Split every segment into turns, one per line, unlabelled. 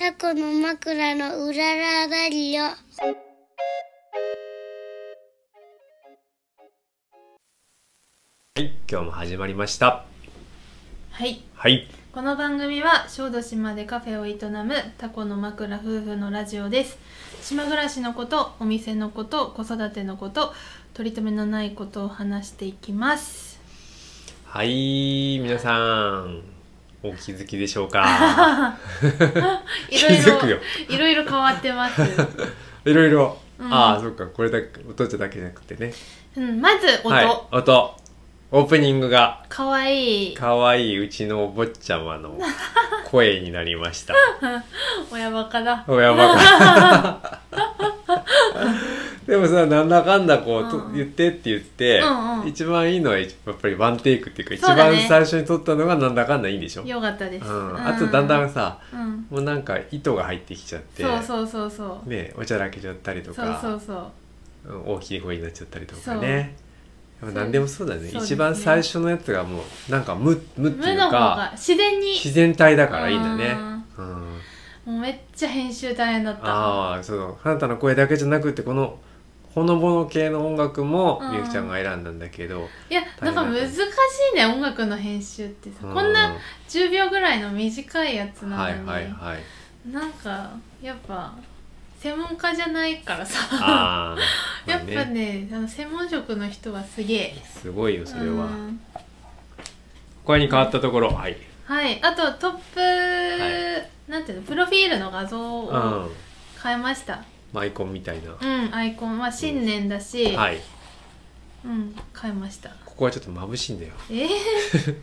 タコの枕のうららだりよ。
はい、今日も始まりました。
はい
はい、
この番組は小豆島でカフェを営むタコの枕夫婦のラジオです島暮らしのことお店のこと子育てのこと取り留めのないことを話してい きます
はい、皆さん、お気づきでしょうか。
いろい
気づくよ
ろいろいろ変わってます、
いろいろ、
うん
ああ、そっか、これだけ、お父ちゃんだけじゃなくてね。
うん、まず音、
はい、音。オープニングが、
かわいい
可愛いうちのお坊ちゃま の声になりました。
親バカだ
親バカ。 でもさ、なんだかんだこう、と
うん
言ってって言って、
うんうん
一番いいのはやっぱりワンテイクっていうか、
そう
一
だね
番最初に撮ったのがなんだかんだいいんでしょ
よかったです、
うん、あとだんだんさ、
うん
もうなんか糸が入ってきちゃって
そうそうそうそう
ねおちゃらけちゃったりと
そう
か
そうそう
うん大きい声になっちゃったりとかねでも何でもそうだね
そうですね
一番最初のやつがもうなんか無無って
無
いう
の方
か
が自然に
自然体だからいいんだねうん、
もうめっちゃ編集大変だった
ああそのあなたの声だけじゃなくてこのほのぼの系の音楽も
うん
みゆきちゃんが選んだんだけど、
いや
大
な
変
ん
だった
か難しいね音楽の編集ってさ
う
こんな10秒ぐらいの短いやつ
は
ないのに、
はい はい
なんかやっぱ専門家じゃないから さ
ああ
やっぱねあの専門職の人はすげえ
すごいよそれは、
うん
声に変わったところはい
はいあとトップ、
は
なんていうのプロフィールの画像
う
を
ん
変えました
マイコンみたいな、
うん、アイコンは新年だし、
はい
うん変えました
ここはちょっと眩しいんだよ
えー、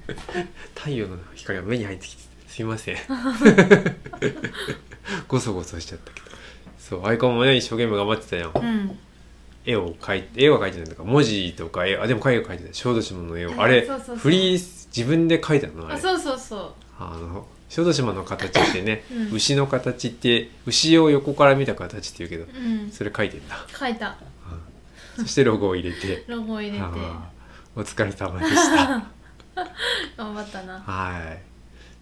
太陽の光が目に入ってきてすいま せんごそごそしちゃったけどそうアイコンもね一生懸命頑張ってたよ
うん
絵を描いて絵は描いてないとか文字とか絵あでも絵を描いてない小豆島の絵
う
を
ん
あれ
そうそうそう
フリー自分で描いたのあ
あ
れ
そうそうそう
あの小豆島の形ってね、
うん
牛の形って牛を横から見た形っていうけど
うん
それ描いてんだ
書いた
そしてロゴを入れて
ロゴを入れて
あーお疲れ様でした
頑張ったな
はい。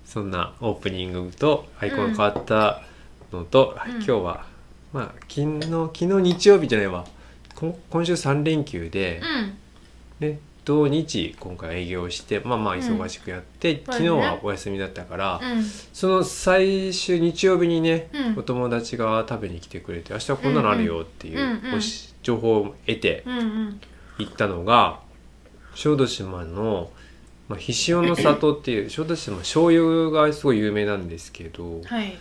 そんなオープニングとアイコンが変わったのと、
うん
今日は、まあ、昨日、昨日日曜日じゃないわ。こ今週3連休で、
うん
ね、土日今回営業して、まあまあ忙しくやって、昨日はお休みだったから、
う
その最終日曜日にね、
うん
お友達が食べに来てくれて、明日こんなのあるよっていう、
うんうん
おし情報を得て
んうんうん
行ったのが、小豆島の、まあ、ひしおの里っていう小豆島醤油がすごい有名なんですけど
はい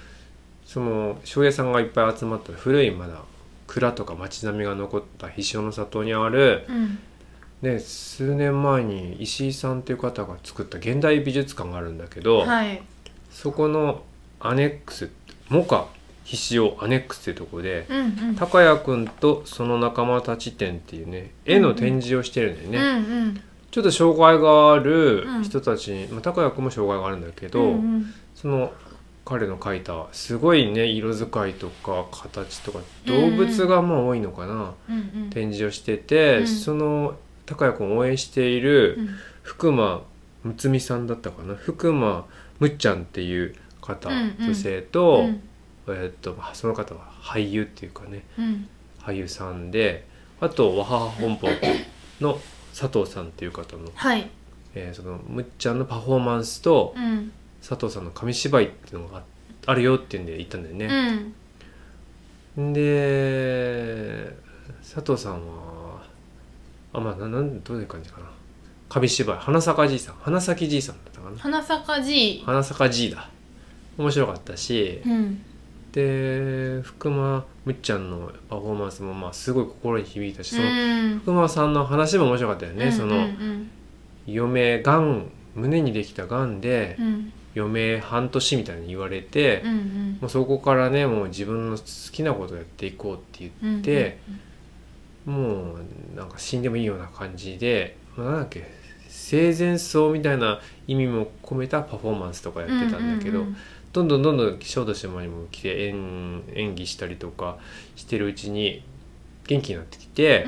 その醤油屋さんがいっぱい集まった古いまだ蔵とか町並みが残ったひしおの里にある、
うん
ね、数年前に石井さんという方が作った現代美術館があるんだけど、
はい
そこのアネックスモカひしおアネックスっていうとこで
うんうん
高谷君とその仲間たち展っていうね絵の展示をしてるんだよね。
うんうん
ちょっと障害がある
うん
人たちに、まあ、高谷君も障害があるんだけど、
うんうん
その彼の描いたすごいね色使いとか形とか
うんう
動
ん
物がまあ多いのかな、
うんうん
展示をしてて、
うん
その高谷君を応援している
うん
福間睦美さんだったかな福間むっちゃんっていう方、
うんうん
女性と,、
うん
えーっとその方は俳優っていうかね
うん
俳優さんであと和母本舗の佐藤さんっていう方の
はい
えーそのむっちゃんのパフォーマンスと
うん
佐藤さんの紙芝居っていうのがああるよっていうんで行ったんだよ
う
ね、
ん
で佐藤さんはあまあななんどういう感じかな紙芝居花咲じいさん花咲じいさんだったかな
花咲かじい
花咲じいだ面白かったし、
うん
で福間むっちゃんのパフォーマンスもまあすごい心に響いたし、
う
その
ん
福間さんの話も面白かったよね、
うん
そ
うん
の嫁がん胸にできたがんで、
うん
余命半年みたいに言われて、
うんうん
もうそこからねもう自分の好きなことをやっていこうって
う
言
ん
って、もうなんか死んでもいいような感じで、まあなんだっけ生前葬みたいな意味も込めたパフォーマンスとかやってたんだけど、
うん
どんどんどんどん小豆島にも来て演演技したりとかしてるうちに元気になってきて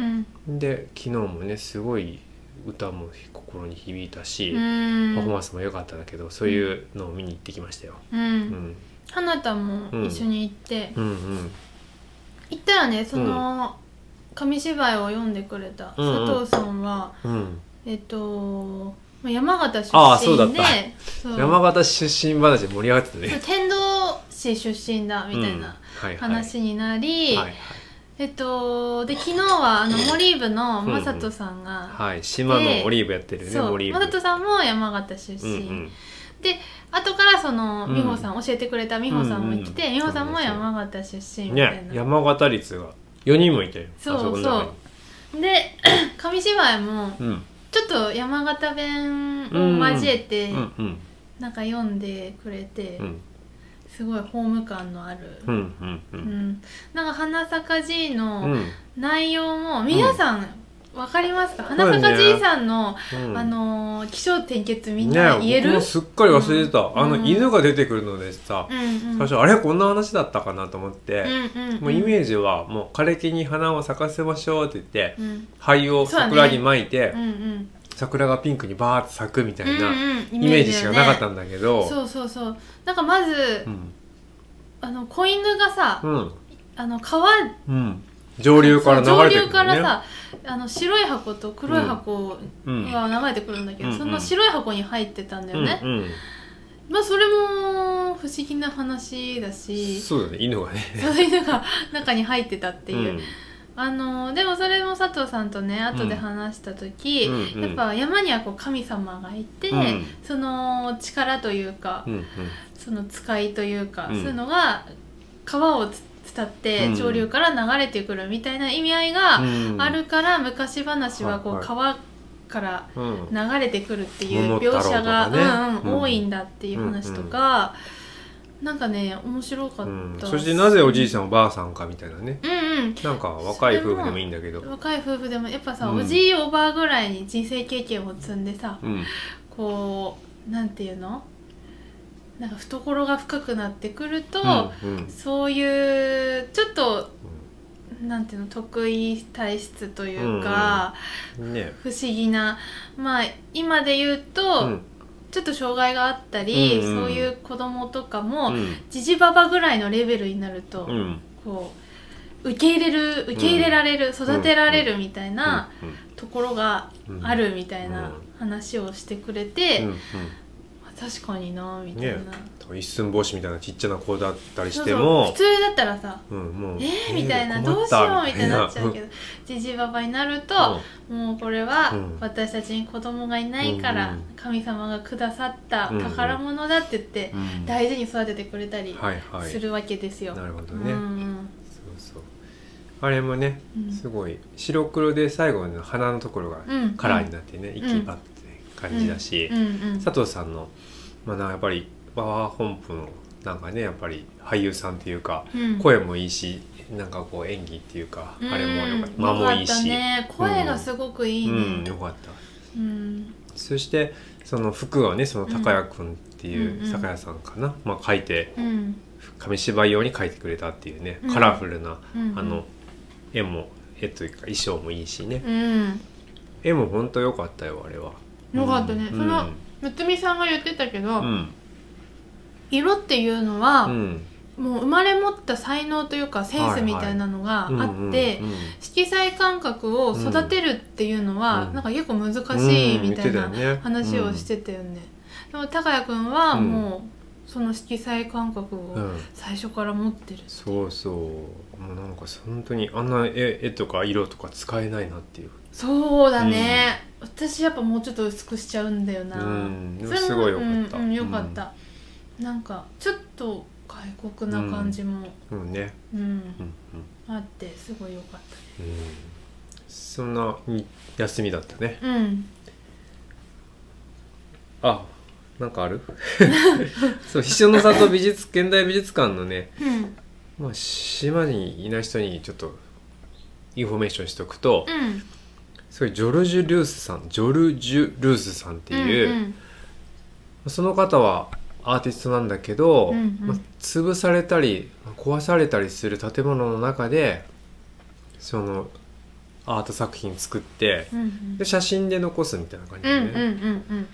う、ん
で昨日もねすごい歌も心に響いたし、
うん
パフォーマンスも良かったんだけどそういうのを見に行ってきましたよ。
う
うんん
花たも一緒に行って、
うんうん
行ったらねその、紙芝居を読んでくれた
うんうん
佐藤さんは、
うん
えっとまあ山形出
ああそうだっ
身で
た
そう
山形出身話で盛り上がってたね
天童市出身だみたいな
うんはいはい
話になり、
はいはい
えっとで昨日 はあのモリーブの
うんうん
正人さんが、
はい島のオリーブやってるね
そ
オ
う
リーブ
正人さんも山形出
うんう
身、
ん
後からその
うん
美穂さん、教えてくれた美穂さんも来て、
うんうん
美穂さんも山形出身みたい
ね
な、
山形率が4人もいたよ
そう
あこの中に
で 紙芝居も
うん
ちょっと山形弁を交えて
うんうん
なんか読んでくれて、
うん
すごいホーム感のある、
うんうんう
うん
ん
なんか花坂じいの
うん
内容も皆さん、わかりますか
うだ
花
よね
坂じいさんの、
うん
あのー起承転結みん
ね
な言える、
僕もすっかり忘れてた、
うん
あの
うん
犬が出てくるのでさ、
うんうん
最初あれこんな話だったかなと思って、
うんうんうん
もうイメージはもう枯れ木に花を咲かせましょうって言って
うん
灰を
そうだね
桜に巻いて、
うんうん
桜がピンクにバーッと咲くみたいな
うんうん
イメージし
だ
か
よね
なかったんだけど、
そうそうそうなんかまず、
うん
あの子犬がさ、
うん
あの川
うん上流から流れてく
そう上
る
流
ん
か
だ
ら
よね
さあの白い箱と黒い箱
うん
が流れてくるんだけど、
うん
その白い箱に入ってたんだよね、
うん
まあそれも不思議な話だ
うん、
しそ
そうだね犬がね
ういうのが中に入ってたっていう、
うん
あのでもそれも佐藤さんとね後で話した時、
うんうん
やっぱ山にはこう神様がいて、
うん
その力というか、
うんうん
その使いというか、
うん
そういうのが川をつ伝って
うん
上流から流れてくるみたいな意味合いが
うん
あるから、昔話は
は
こう、
いはい
川から
うん
流れてくるっていう
桃太郎
描
とか
写が、
ね
うんうん
うん
多いんだっていう話とか、なんかね面白かった、
うんそしてなぜおじいちゃんおばあさんかみたいなね
うんうん
なんか若い夫婦でもいいんだけど
若い夫婦でもやっぱさ、
うん
おじいおばあぐらいに人生経験を積んでさ
うん
こうなんていうのなんか懐が深くなってくると、
うんうん
そういうちょっとなんていうの得意体質というか、
うんね
不思議なまあ今で言うと、
うん
ちょっと障害があったり、
うんうん
そういう子供とか
う
も
ん
じじばばぐらいのレベルになると、
うん
こう受け入れる受け入れられる、育てられるみたいなところが
うん
あるみたいな
うん
話をしてくれて、
うんうん
確かになみたいな。
ね一寸法師みたいなちっちゃな子だったり
そ
し
う
て
そう普
も
通だったらさ
うんもう
えー、みたいな、
えー
どうしようみたいになっちゃ
困
う
た
け
み
どじじばばになると
たいな、
もうこれは
うん
私たちに子供がいないか
う
ら、
んうん
神様がくださった宝物だって言って
うんうん
大事に育ててくれたり
はいはい
するわけですよ。
なるほどね
うん
そうそうあれもね
うん
すごい白黒で最後の花のところが
うん
カラーになってね、
ん
息ばって感じだし、
うんうん
佐藤さんのまあなんかやっぱりパワー本部のなんかねやっぱり俳優さんっていうか、
うん
声もいいしなんかこう演技っていうか、あれもよかった間もいい
よかった
し、
ね、声がすごくいい
うん
ね
よ。かった
うん
そしてその服をねその高谷くんって
うん
いううん酒屋さんかな、まあ書いて
うん
紙芝居用に書いてくれたっていうね、
うん
カラフルな、
うん
あの絵も絵というか衣装もいいしね、
うん
絵もほんと良かったよあれは
よかったね、
うん
その
うん
睦美さんが言ってたけど、
うん
色っていうのは、
うん
もう生まれ持った才能というかセンスみたいなのがあって、
うんうん
色彩感覚を育てるっていうのは、
うん
なんか結構難しいみたい
うん言っ
な
てたよね
話をしてたよね。でも高谷くんはもう、その色彩感覚
う
を
ん
最初から持ってる。
そうそうもうなんか本当にあんな絵絵とか色とか使えないなっていう
そうだね、私やっぱもうちょっと薄くしちゃうんだよな。
うんでも
それも
すごい良かった
うんうん、よかった。なんかちょっと外国な感じも、
うんね
うん
うんうん、
あってすごい良かったね。
うん、そんなに休みだったね
うん
あなんかある そう秘書の里美術現代美術館のね、
うんうん
まあ、島にいない人にちょっとインフォメーションしておくと、すごいジョルジュ・ルースさんジョルジュ・ルースさんっていう、
うんうん
その方はアーティストなんだけど、
うんうん
まあ潰されたり壊されたりする建物の中でそのアート作品作って
うんうん
で写真で残すみたいな感じ
う
で、
んう
ね
んうんうん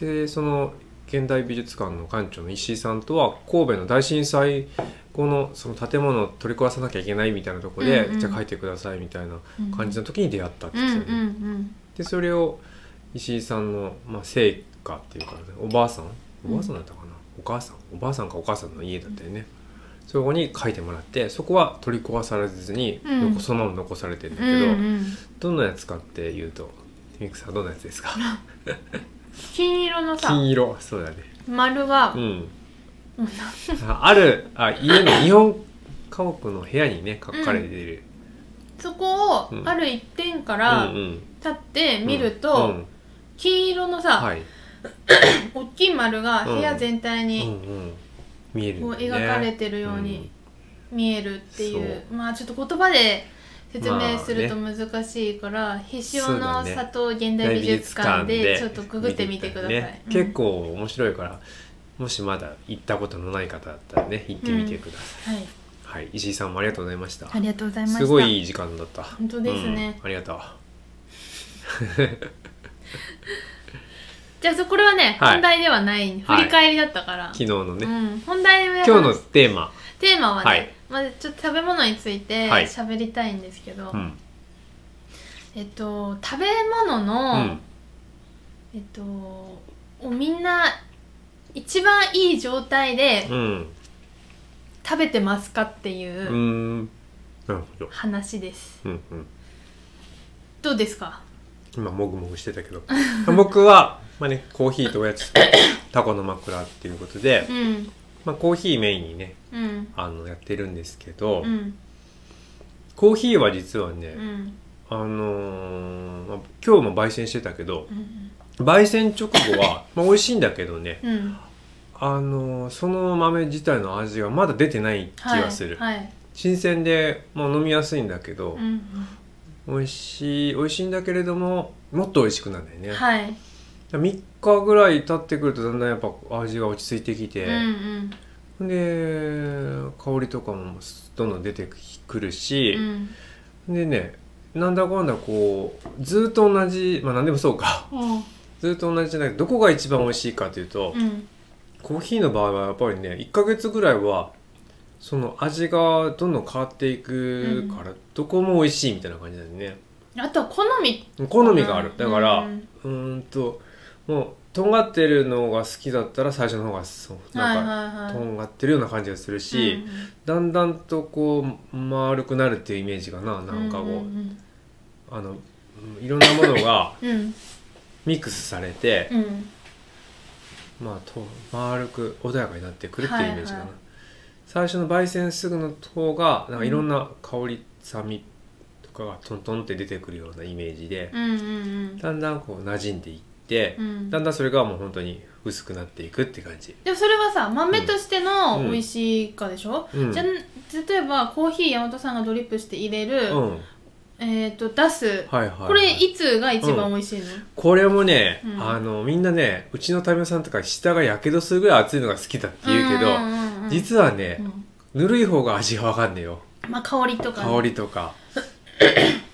でその現代美術館の館長の石井さんとは神戸の大震災後のその建物を取り壊さなきゃいけないみたいなところで、
うんうん
じゃあ書いてくださいみたいな感じの時に出会ったって
う
言っ
ん
て
う
た
ん
よね、
うん
でそれを石井さんの、まあ、成果っていうか、おばあさんおばあさんだったかな、お母さんおばあさんかお母さんの家だったよね、そこに書いてもらってそこは取り壊されずに、
うん
残そのまま残されてるんだ
う
け
ん
ど、
うん
どんなやつかっていうとミクさんどんなやつですか
金色のさ
金色そうだね
丸が
うんあ あるあ家の日本家屋の部屋にね書かれている、
そこを
うん
ある一点か
うん、
ら
うん
立って見る
う
と
ん
金色のさ
はい、
大きい丸が部屋全
う
体
んう
に
ん、見える
こ
ん
う
だよね
描かれてるように見えるっていうまあちょっと言葉で説明すると難しいから「必勝の里現代美術館」でちょっとググってみてくださ
ね
い。
結構面白いからもしまだ行ったことのない方だったらね行ってみてください、
うんはい
はい石井さんもありがとうございました
ありがとうございました。
すごいいい時間だった
本当ですね
うんありがとう
じゃあそこれはね、
はい
本題ではない振り返りだったから、
昨日のね、
うん、本題は
今日のテーマ、
テーマはね、
はい
まあ、ちょっと食べ物について
はい
喋りたいんですけど、
うん
えっと食べ物
う
の、
ん
えっとをみんな一番いい状態で
うん
食べてますかってい
ー
うううん
なるほど、
話です、
うんうん、
どうですか
今もぐもぐしてたけど 僕は、まあね、コーヒーとおや つとタコの枕っていうことで
う、ん
まあ、コーヒーメインにね
うん
あのやってるんですけど、
うん
コーヒーは実はね、
うん
あのーまあ今日も焙煎してたけど焙煎直後 は、まあ、美味しいんだけどね、
うん
あのーその豆自体の味がまだ出てない気
はい
がする、
はい
新鮮で、まあ、飲みやすいんだけど
う、ん
美味しい美味しいんだけれどももっと美味しくなるんだよね、
はい
3日ぐらい経ってくるとだんだんやっぱ味が落ち着いてきて
うん、うん
で香りとかもどんどん出てくるし
う、ん
でねなんだかんだこうずっと同じまあ何でもそうか
うん
ずっと同じじゃないどこが一番美味しいかというと、
うん
コーヒーの場合はやっぱりね1ヶ月ぐらいはその味がどんどん変わっていくから、どこも美味しいみたいな感じだよね
あとは好み
好みがあるだから、
う
うんーんともうとんがってるのが好きだったら最初の方がそう
はい
なんか、
はい
と
はい
んがってるような感じがするし、だんだんとこう丸くなるっていうイメージかななんかこう、
うん
あのうんいろんなものが
うんうん
ミックスされて、
うんうん
まあ、と丸く穏やかになってくるっていうイメージかな、
はいはい
最初の焙煎すぐの方がなん
う
か
ん
いろんな香り酸味とかがトントンって出てくるようなイメージで、
うんうん
だんだんこう馴染んでいって
う、ん
だんだんそれがもう本当に薄くなっていくって感じ、
でもそれはさ豆としての
うん
美味しいかでしょ、
うん
じゃん例えばコーヒー山本さんがドリップして入れる、
うん、はい
えっ、と出す、
はい、はい、
これいつが一番美味しいの、
これもね、
うん
あのみんなねうちの民生さんとか舌がやけどするぐらい熱いのが好きだって言うけど、
んうん
実はね、
うん
ぬるい方が味がわかんねえよ
まあ香りとかね、
香りとか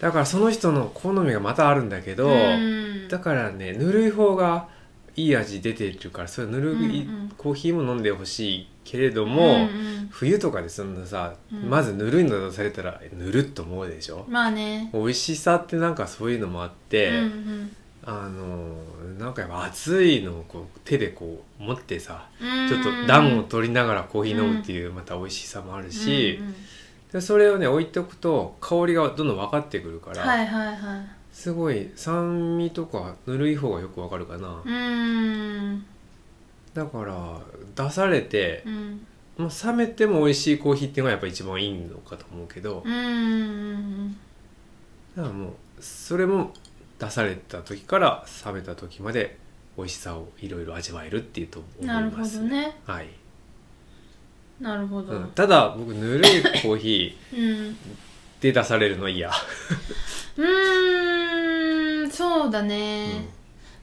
だからその人の好みがまたあるんだけど、
うん
だからねぬるい方がいい味出てるからそれぬるい、
うんうん
コーヒーも飲んでほしいけれども、
んん
冬とかでそんなさ、
うん
まずぬるいの出されたらぬるっと思うでしょ、
まあね、
美味しさってなんかそういうのもあって、
うんうん
あのなんかやっぱ熱いのをこう手でこう持ってさちょっと暖を取りながらコーヒー飲むっていうまた美味しさもあるし、
うんうん
でそれをね置いておくと香りがどんどん分かってくるから、
はいはいはい
すごい酸味とかぬるい方がよく分かるかな、
うん
だから出されて
う、ん
もう冷めても美味しいコーヒーっていうのがやっぱ一番いいのかと思うけど、
うんうん
だからもうそれも出された時から冷めた時まで美味しさをいろいろ味わえるっていうと思
う
い
んなるほ
ま
ど
す、
ね
はい
なるほど、
うん、ただ僕ぬるいコーヒ
うん
ーで出されるの嫌、
うーんそうだ
う
ね、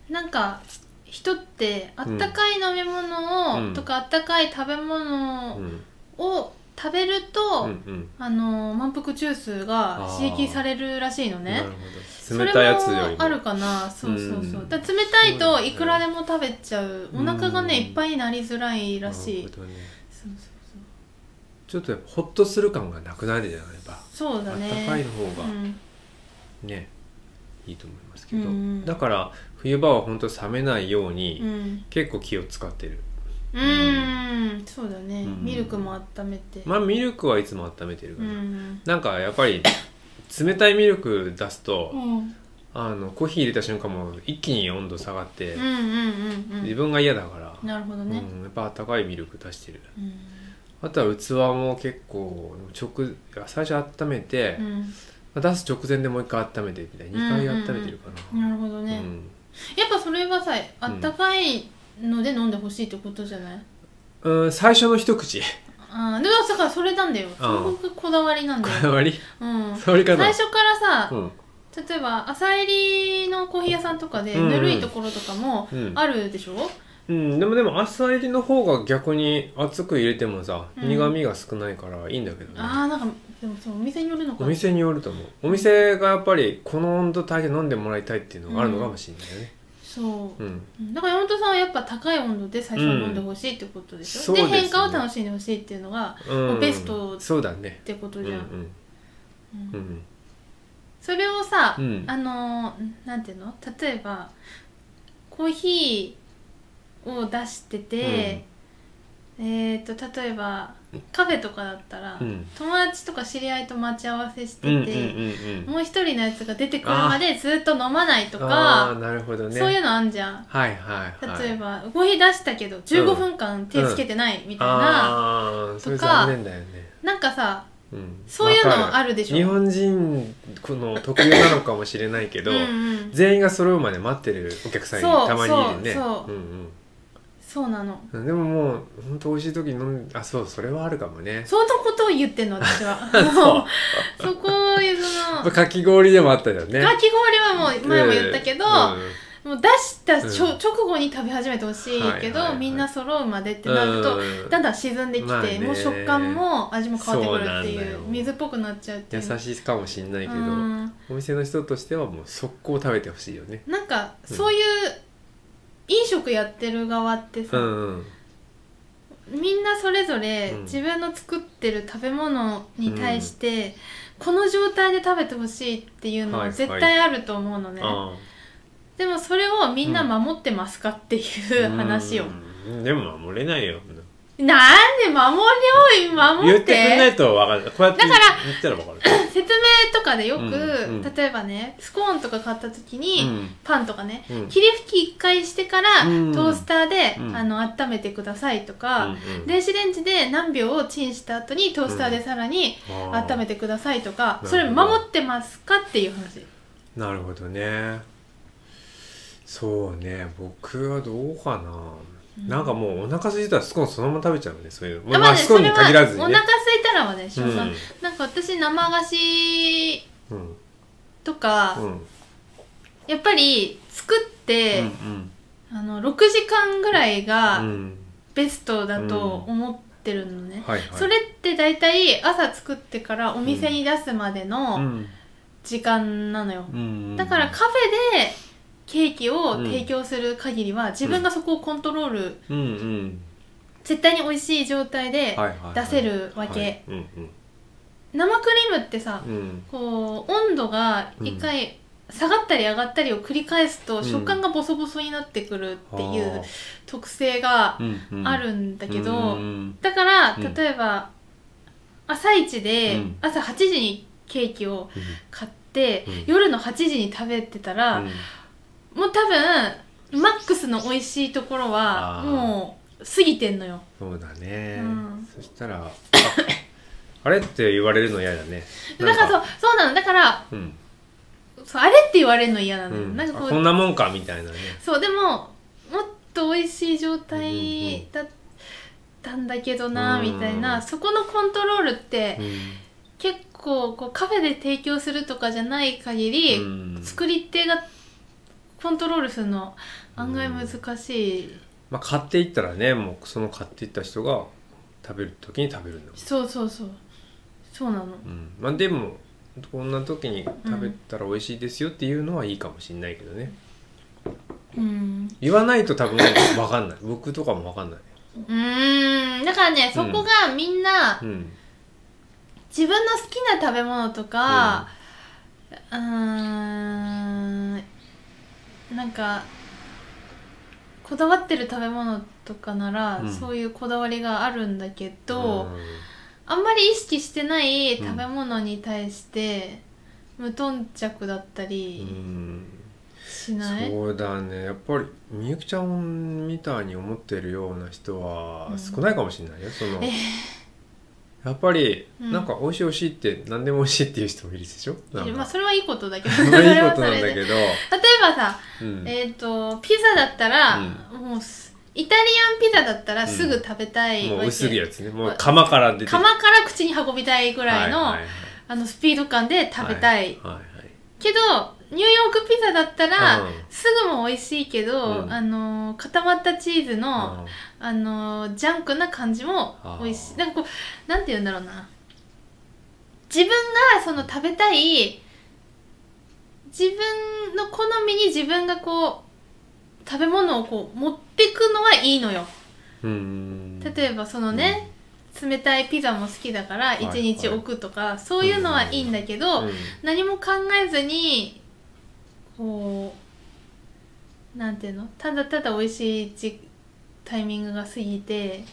なんか人ってあったかい飲み物
う
を、
ん
とかあったかい食べ物
んうん
を食べると、
うんうん
あの満腹中枢が刺激されるらしいの
な
ね
るほど冷たいやつよ
そ
り
れ
も
もあるかなそうそうそう、
うん
だから冷たい
そう
と
だね
いくらでも食べちゃうお腹がね
うん
いっぱいになりづらいらしい、
なるほどね
そう
ちょっとやっぱホッとする感がなくなるじゃないか
そうそうそう
あ
だ
っ
ね
たかい方が
うん
ね、いいと思いますけど、
うん
だから冬場は本当冷めないように、
うん、
結構気を使ってる
うんそうだね、
うん
ミルクも温めて、
まあミルクはいつも温めてるか
う
ら、
ん
なんかやっ ぱり冷たいミルク出すと、
うんうん
あのコーヒー入れた瞬間もう一気に温度下がって、
うんうんうん
自分が嫌だから、
なるほどね、
うん、やっぱ温かいミルク出してる
うん
あとは器も結構直最初温めて、出す直前でもう一回温めてみたいな2回温めてるか
うん、
な、
なるほど
うん
ね、やっぱそれはさあったかいので飲んでほしいってことじゃない、
うん最初の一口
あーでもだからそれなんだよ。すごくこだわりなん
こ
だ
だ
よ。
わり
うん。
それかな
最初から
う
さ、
ん
例えば朝入りのコーヒー屋さんとかで
うんうん
ぬるいところとかも
うん
あるでしょ？
うん、でもでも朝入りの方が逆に熱く入れてもさ、
うん
苦味が少ないからいいんだけどね
ああなんかでもそうお店によるのか
お
な。
店によると思うお店がやっぱりこの温度帯で飲んでもらいたいっていうのがあるのかもしれないよね
そう
うん、。
うんだから山本さんはやっぱ高い温度で最初は飲んでほしいってことでしょ？
うん
で
そうですね
変化を楽しんでほしいっていうのが
うん
ベスト
そうだね
ってこ
う
と
ん
じ
う
ゃん。
ん
う
うんん
それをさ、
うん
あのーなんていうの例えばコーヒーを出してて、えっ、と例えばカフェとかだったら、
うん
友達とか知り合いと待ち合わせしてて、
うんうんうんうん
もう一人のやつが出てくるまでずっと飲まないと
ああ
か、
なるほどね
そういうのあんじゃん。
はいはいはい
例えば、コーヒー出したけど15分間手つけてないみたいな、
ああーそれ
とか
残念だよね
なんかさ
うん
そういう
わか
のあるでしょ
日本人この特有なのかもしれないけど、
うんうん、
全員が揃うまで待ってるお客さんに
そう
たまにいるね
そう
う
そう
んうん
そうなの
でももう本当美味しい時に飲んあそうそれはあるかもね
そんなことを言ってんの私は
そう
そこを言うその
まあかき氷でもあったよね
かき氷はもう前も言ったけど、
う
もう出したちょ、
うん
直後に食べ始めてほしいけど、
はいはいはい
みんな揃うまでって
ん
なると、
うん
だんだん沈んできて、
まあね
もう食感も味も変わってくるって
そうなんだ
い
よ
う水っぽくなっちゃうってい
優
う
しいかもしれないけど、
うん
お店の人としてはもう速攻食べてほしいよね
なんかそういう飲食やってる側ってさ、
うんうん
みんなそれぞれ
うん
自分の作ってる食べ物に対して、この状態で食べてほしいっていうの
はいは
は
い
絶対あると思うのね、
あ
でもそれをみんな守ってますかっていう
あ
話を、
うんでも守れないよ
なんで守りを守
言
っ
っててくれないと分かるこうやって
だから
言ったら分かる
説明とかでよく、
うんうん
例えばねスコーンとか買った時に、
うん
パンとかね、
うん
霧吹き1回してから、
うん
トースターで、
うん
あの温めてくださいとか、
うんうん
電子レンジで何秒をチンした後にトースターでさらに
あ
温め
て
てくださいとか、
うん
それ守ってますかっていう話
なるほどねそうね僕はどうかな、
うん
なんかもうお腹空いたらスコーンそのまま食べちゃうねそういう
あ
まあ、まあ、スコーンに限らず
お
に
腹
ね
空いたらはねしょうがない、
うん
なんか私生菓子
うん
とか、
うん
やっぱり作って、
うん
あの6時間ぐらい
うんう
が
ん
ベストだと思ってるのね、
はいはい
それって大体朝作ってからお店に出すまでの時間なのよ、
うん
だからカフェでケーキを提供する限りは自分がそこをコントロール、
うんうん
絶対に美味しい状態
は
で
いはいはい
出せるわけ、
はいうん
生クリームってさ
うんうん
こう温度が一回下がったり上がったりを繰り返すと
うん
食感がボソボソになってくるってい
は
う特性が
あうんうん
あるんだけど、
うん
だから
うん
例えば、朝一で
うん
朝8時にケーキを買って、
うん
夜の8時に食べてたら、
うん
もう多分マックスの美味しいところは
あー
もう過ぎてんのよ
そうだね、
うん
そしたらああれって言われるの嫌だね
だからそうそうなのだから
う、うん
そうあれって言われるの嫌なのよ、
うん、
なんか
あ
こ
こん
う
なもんかみたいなね
そうでももっと美味しい
う
状
ん
態
うん
だったんだけど
う
な、
ん
みたいなそこのコントロールって、
う
結構こうカフェで提供するとかじゃない限
ん
り、
うん
作り手がコントロールするの案外難しい、
まあ、買っていったらねもうその買っていった人が食べる時に食べるんだもん
そうそうそうそうなの
うん、まあでもこんな時に食べたら美味しいですよっていうのはいいかもしれないけどね、
うん
言わないと多分分かん ない僕とかも分かんないう
ーんだからねそこがみんな
うん
自分の好きな食べ物とかうーんなんかこだわってる食べ物とかなら、
うん
そういうこだわりがあるんだけど、
うん
あんまり意識してない食べ物に対して無頓着だった
う
り
ん
しない、
そうだねやっぱりみゆきちゃんみたいに思ってるような人は
うん
少ないかもしれないよその、
えー
やっぱり
うん
なんか美味しい美味しいって何でも美味しいっていう人もいるでしょなんか
まあそれはいいことだけ ど
そ
そ
れ
れ
はいい
は
こと
そ
な
れ
んだ
で例え
けど、
ばさ、
うん
えっ、とピザだったら、もうすイタリアンピザだったらすぐ食べたいわけ、
もう薄いやつねもう釜から出て
釜から口に運びたいぐ
ぐ
らいの、
はいはい
あのスピード感で食べたい、
はいはいはい
けどニューヨークピザだったら、
うん
すぐも美味しいけど、
うん
あのー固まったチーズの、
うん
あのージャンクな感じも美味し
あ
い
ー
なんかこうなんて言うんだろうな自分がその食べたい自分の好みに自分がこう食べ物をこう持ってくのはいいのよ
うん
例えばそのね、冷たいピザも好きだから
い
1日置くとか、そういうのはいいんだけど、
うん
何も考えずにこうなんていうのただただ美味しいじタイミングが過ぎて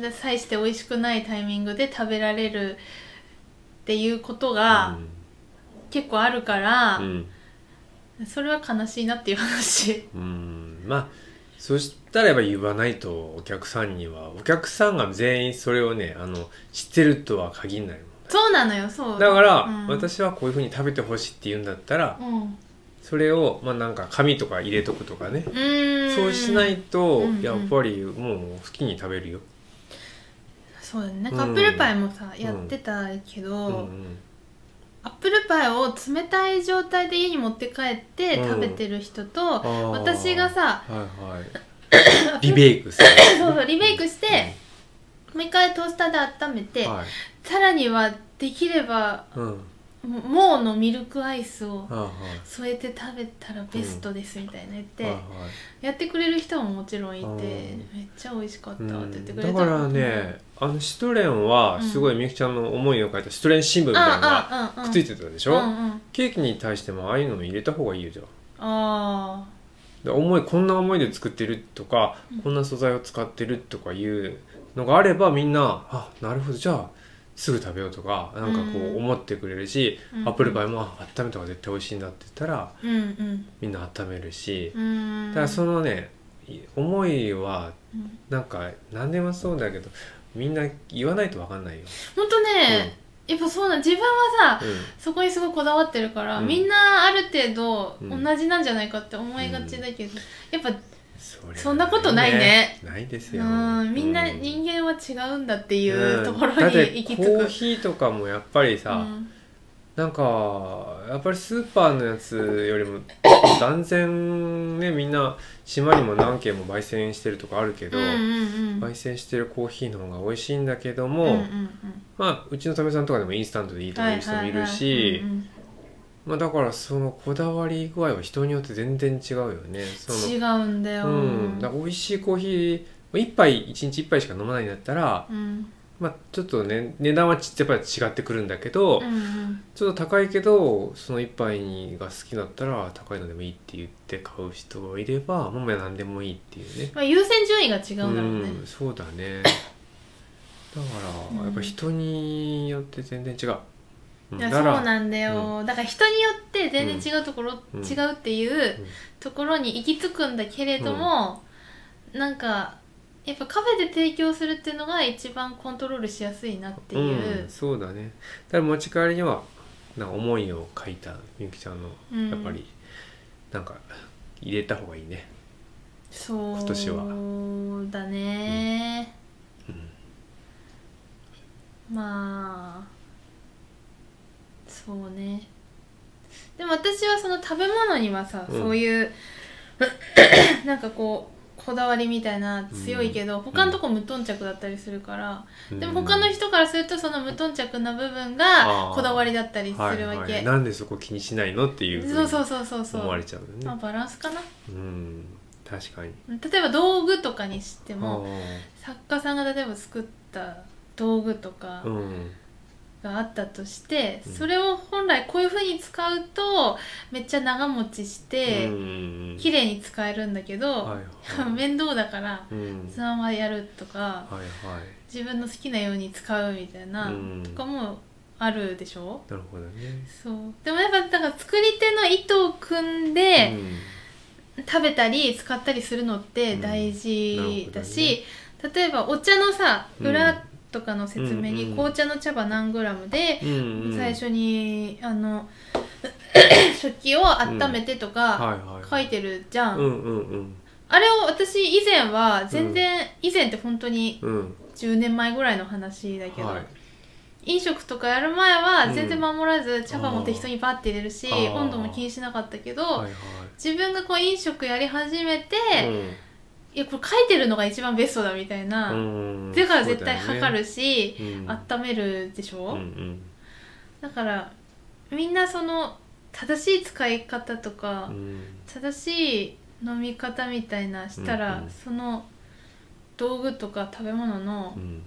で際して美味しくないタイミングで食べられるっていうことが結構あるから
う、ん
それは悲しいなっていう話。
うんうんまあそしたらやっぱ言わないとお客さんにはお客さんが全員それをねあの知ってるとは限らないもん
そうなのよそう
だから、
うん
私はこういうふうに食べてほしいって言うんだったら
うん
それをまあなんか紙とか入れとくとかね
うーん
そうしないと
うんうん
やっぱりもう好きに食べるよ、
そうだね
うん
カップルパイもさ、
ん
やってたけど、
うんうん
アップルパイを冷たい状態で家に持って帰って
うん
食べてる人と、
あー
私がさ
はいはいリベイクさ
そうそうリメイクして、もう一回トースターで温めて、
はい
さらにはできれば
うん
ももうのミルクアイスを
はいはい
添えて食べたらベストですみたいな言って、
はいはい
やってくれる人ももちろんいて、
うん
めっちゃ美味しかった
う
って言って
ん
くれた、
だからねあのシュトレンはすごいみゆきちゃんの思いを書いたシュトレン新聞み
うん
たいなのが
ああああ
くっついてたでしょ、
うんうん
ケーキに対してもああいうのも入れた方がいいよじゃあ
あ
で思いこんな思いで作ってるとか、
うん
こんな素材を使ってるとかいうのがあればみんなあなるほどじゃあすぐ食べようとかなんかこ
うん
う思ってくれるし、
うん
アップルパイもあ温めた方が絶対美味しいんだって言ったら
ーうん
みんな温めるし、
うんうん
だからそのねい思いは
うん
なんか何でもそうだけどみんな言わないと分かん ないよ。
ほんとね、やっぱそうなん自分はさ
う
そこにすごいこだわってるから、
うん
みんなある程度
うん
同じなんじゃないかって思いがちだけど、やっ
それ
そんなことないね。
ないですよ。
ぱうんみんな
うん
人間は違うんだっていうところ
うんだっ
に
て
行き着く、
コーヒーとかもやっぱりさ、
うん
なんかやっぱりスーパーのやつよ りも断然ねみんな島にも何軒も焙煎してるとかあるけど、
うんうんうん
焙煎してるコーヒーの方が美味しいんだけど
うん
も、
うんうん
まあうちの嫁さんとかでもインスタントでいいと思う人もいるし、
はいはいはいうん
まあ、だからそのこだわり具合は人によって全然違うよね。その
うん違うんだよ、
うん、だから美味しいコーヒー一杯一日一杯しか飲まないんだったら、
うん
まあ、ちょっとね値段はちやっぱり違ってくるんだけど、
うんうん
ちょっと高いけどその一杯が好きだったら高いのでもいいって言って買う人もいればもう何でもいいっていうね
まあ、優先順位が違うんだろうね、
ん、そうだねだか
うん
らやっぱ人によって全然違う、うん
いや
だ
そう
から
なんだよ、だから人によって全然違うところ、
うん
違うっていうところに行き着くんだけれども、なんかやっぱカフェで提供するっていうのが一番コントロールしやすいなっていう
うん、、そうだねだから持ち帰りにはなんか思いを書いたみゆきちゃんの
うん
やっぱりなんか入れた方がいいね、
そう
今年
だね、
うん
まあそうねでも私はその食べ物にはさ、
うん
そういう なんかこうここだわりみたいな強いけど、他のとこ無頓着だったりするから、
うん
でも他の人からするとその無頓着な部分が
あー
こだわりだったりするわけ、
はいはい、なんでそこ気にしないのっていうふう
そう
に
そうそうそうそう
思われちゃう
ま
よ
あ
ね
バランスかな
うん確かに
例えば道具とかにしても
あ
作家さんが例えば作った道具とか
ーうん
があったとして、
うん
それを本来こういう風に使うとめっちゃ長持ちして、
うん
綺麗に使えるんだけど、
はいはい
面倒だから
うん
そのままやるとか
はいはい
自分の好きなように使うみたいな、
うん
とかもあるでしょ
なるほどね
そうでもやっぱだから作り手の意図を組んで、
うん
食べたり使ったりするのって大事だし、例えばお茶のさ
うん
裏とかの
う
説明
ん
に
うん
紅茶の茶葉何グラムで、
うんうん
最初にあの 食器を温めてとか
はいはい
書いてるじゃん、
うんうんうん
あれを私以前は全然、以前って本当に
うん
10年前ぐらいの話だけど、
はい
飲食とかやる前は
うん
全然守らず茶葉も適当にバッて入れるし、
あー
温度も気にしなかったけど、
はい
自分がこう飲食やり始めて、
はい
いやこれ書いてるのが一番ベストだみたいな、
うん
だから絶対測る
し
し、
あ
温めるでし
う
ょ、
んうん
だからみんなその正しい使い方とか、
うん
正しい飲み方みたいなしたら、
うんうん
その道具とか食べ物の
うん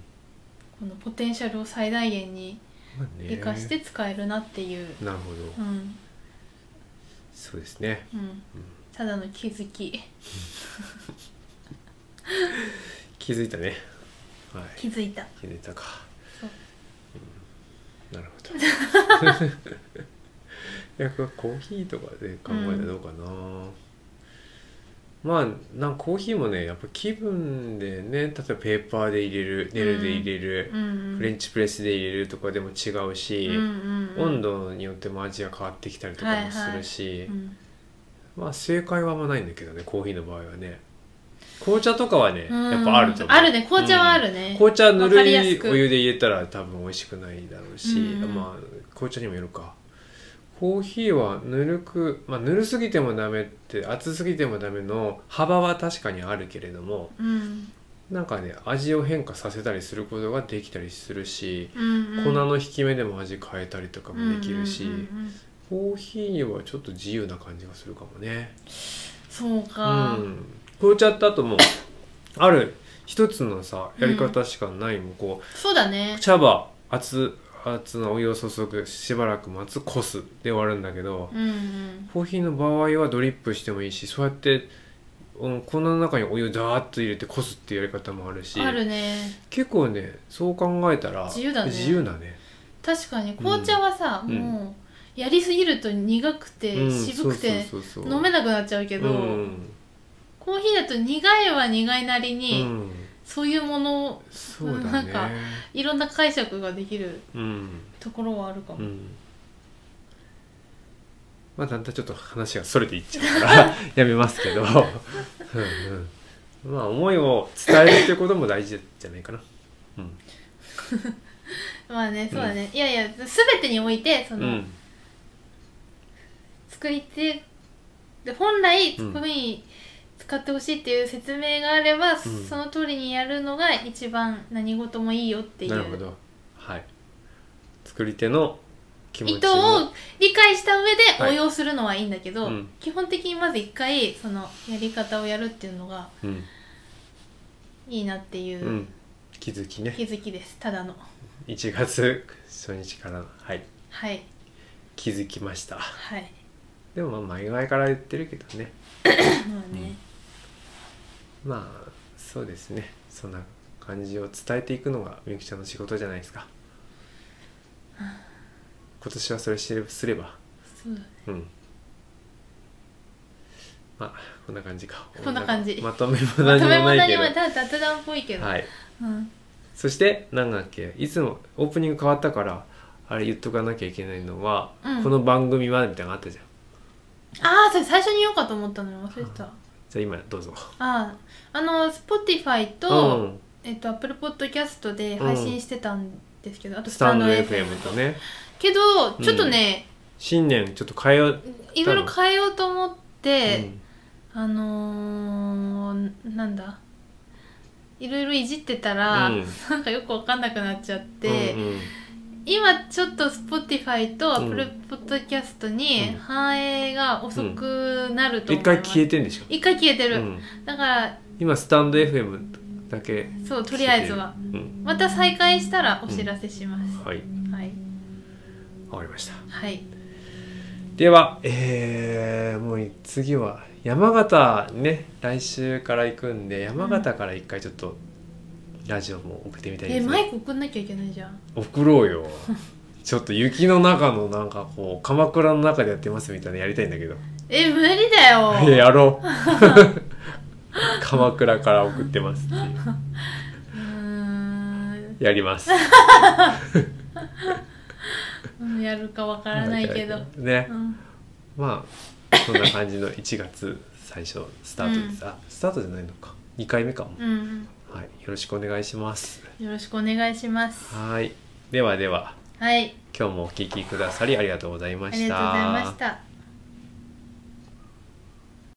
このポテンシャルを最大限に
まあね
生かして使えるなっていう、
なるほど
うん
そうですね
うん、ただの気づき
気づいたねはい
気づいた
気づいたか
そう
うんなるほど いやこれコーヒーとかで考えたらどうかな、まあなんかコーヒーもねやっぱ気分でね例えばペーパーで入れるネルで入れる
う、ん
フレ
ン
ンチプレスで入れるとかでも違うし、温度によっても味が変わってきたりとかもするし、
うん
まあ正解はあんまないんだけどねコーヒーの場合はね紅茶とかはね、
うん
やっぱあると思う
あるね紅茶はあ
うん
るね、
紅茶ぬ
わか
る
りやす
い
く
お湯で入れたら多分美味しくないだろうし、
うんうん
まあ紅茶にもよるかコーヒーはぬるく、まあ、ぬるすぎてもダメって熱すぎてもダメの幅は確かにあるけれども
うん
なんかね味を変化させたりすることができたりするし、
うんうん、
粉の引き目でも味変えたりとかもできるし、
うんうんうんうん
コーヒーはちょっと自由な感じがするかもね。
そうか、
うん、紅茶ってあともうある一つのさやり方しかない、もうこう
そうだね
茶葉熱熱のお湯を注ぐしばらく待つこすで終わるんだけど、
うんうん
コーヒーの場合はドリップしてもいいしそうやって、うん、粉の中にお湯をダーッと入れてこすっていうやり方もあるし
あるね
結構ねそう考えたら
自由だね
自由だね
確かに紅茶はさ、
うん
もうやりすぎると苦くて、
うん
渋くて
そうそうそうそう
飲めなくなっちゃうけど、
うん
コーヒーだと苦いは苦いなりに、
うん
そういうものを
そう
な
だ
ん
ね
かいろんな解釈ができる
うん
ところはあるかも、
うんまあだんだんちょっと話がそれていっちゃうから やめますけどうん、うん、まあ思いを伝えるっていうことも大事じゃないかな、うん
まあねそうだね、いやいや全てにおいてその、
うん
作り手で本来
うん
作り使ってほしいっていう説明があれば、
ん
その通りにやるのが一番何事もいいよっていう
なるほどはい作り手の気持
意
ち
図を理解した上で
はい
応用するのはいいんだけど、
うん
基本的にまず一回そのやり方をやるっていうのが
うん、、
いいなっていううん
気づきね
気づきです、ただの
1月初日からはい
はい
気づきました
はい
でもまあ前々から言ってるけどね
まあね、
まあそうですねそんな感じを伝えていくのがみゆきちゃんの仕事じゃないですか今年はそれしれすれば
そうだね
うんまあこんな感じか
こんな感じ
まとめも
ま
何
とめ
も
物
ない
に
けど
はただ雑談っぽいけど、
はい
うん、
そしてなんだっけいつもオープニング変わったからあれ言っとかなきゃいけないのは、
うん
この番組はみたいなのあったじゃん
ああそれ最初に言おうかと思ったのに忘れてた、
じゃあ今どうぞ
あああの Spotify
う
と、
ん、
えっと Apple Podcast で配信してたんですけど、あと
スタンド FM とね
けど
うん
ちょっとね、
新年ちょっと変えよう
いろいろ変えようと思って、
うん
あのー、なんだいろいろいじってたら、
うん
なんかよく分かんなくなっちゃって、
うんうん
今ちょっと Spotify
う
と
ん
Apple Podcast に
うん
反映が遅くなると
一
思います、
回消えてんでしょ、
一回消えて
う
る、
ん、
だから
今スタンド FM だけ
そうとりあえずは、
うん、
また再開したらお知らせします、
はい
はい
わかりました
はい
ではえー、もう次は山形ね来週から行くんで山形から一回ちょっとラジオも送ってみたいで
え
す
マ
ね
イク送んなきゃいけないじゃん
送ろうよ ちょっと雪の中のなんかこう鎌倉の中でやってますみたいなのやりたいん だけど
え無理だよ
いややろう 鎌倉から送ってますっていう
うーん
やります
うんやるかわからない けど、
ね
うん
まあそんな感じの1月最初スタートです、あスタートじゃないのか2回目かも、
うん
はいよろしくお願いします
よろしくお願いします
はいではでは
はい
今日もお聞きくださりありがとうござい
あ
ま
り
し
が
た
とうございました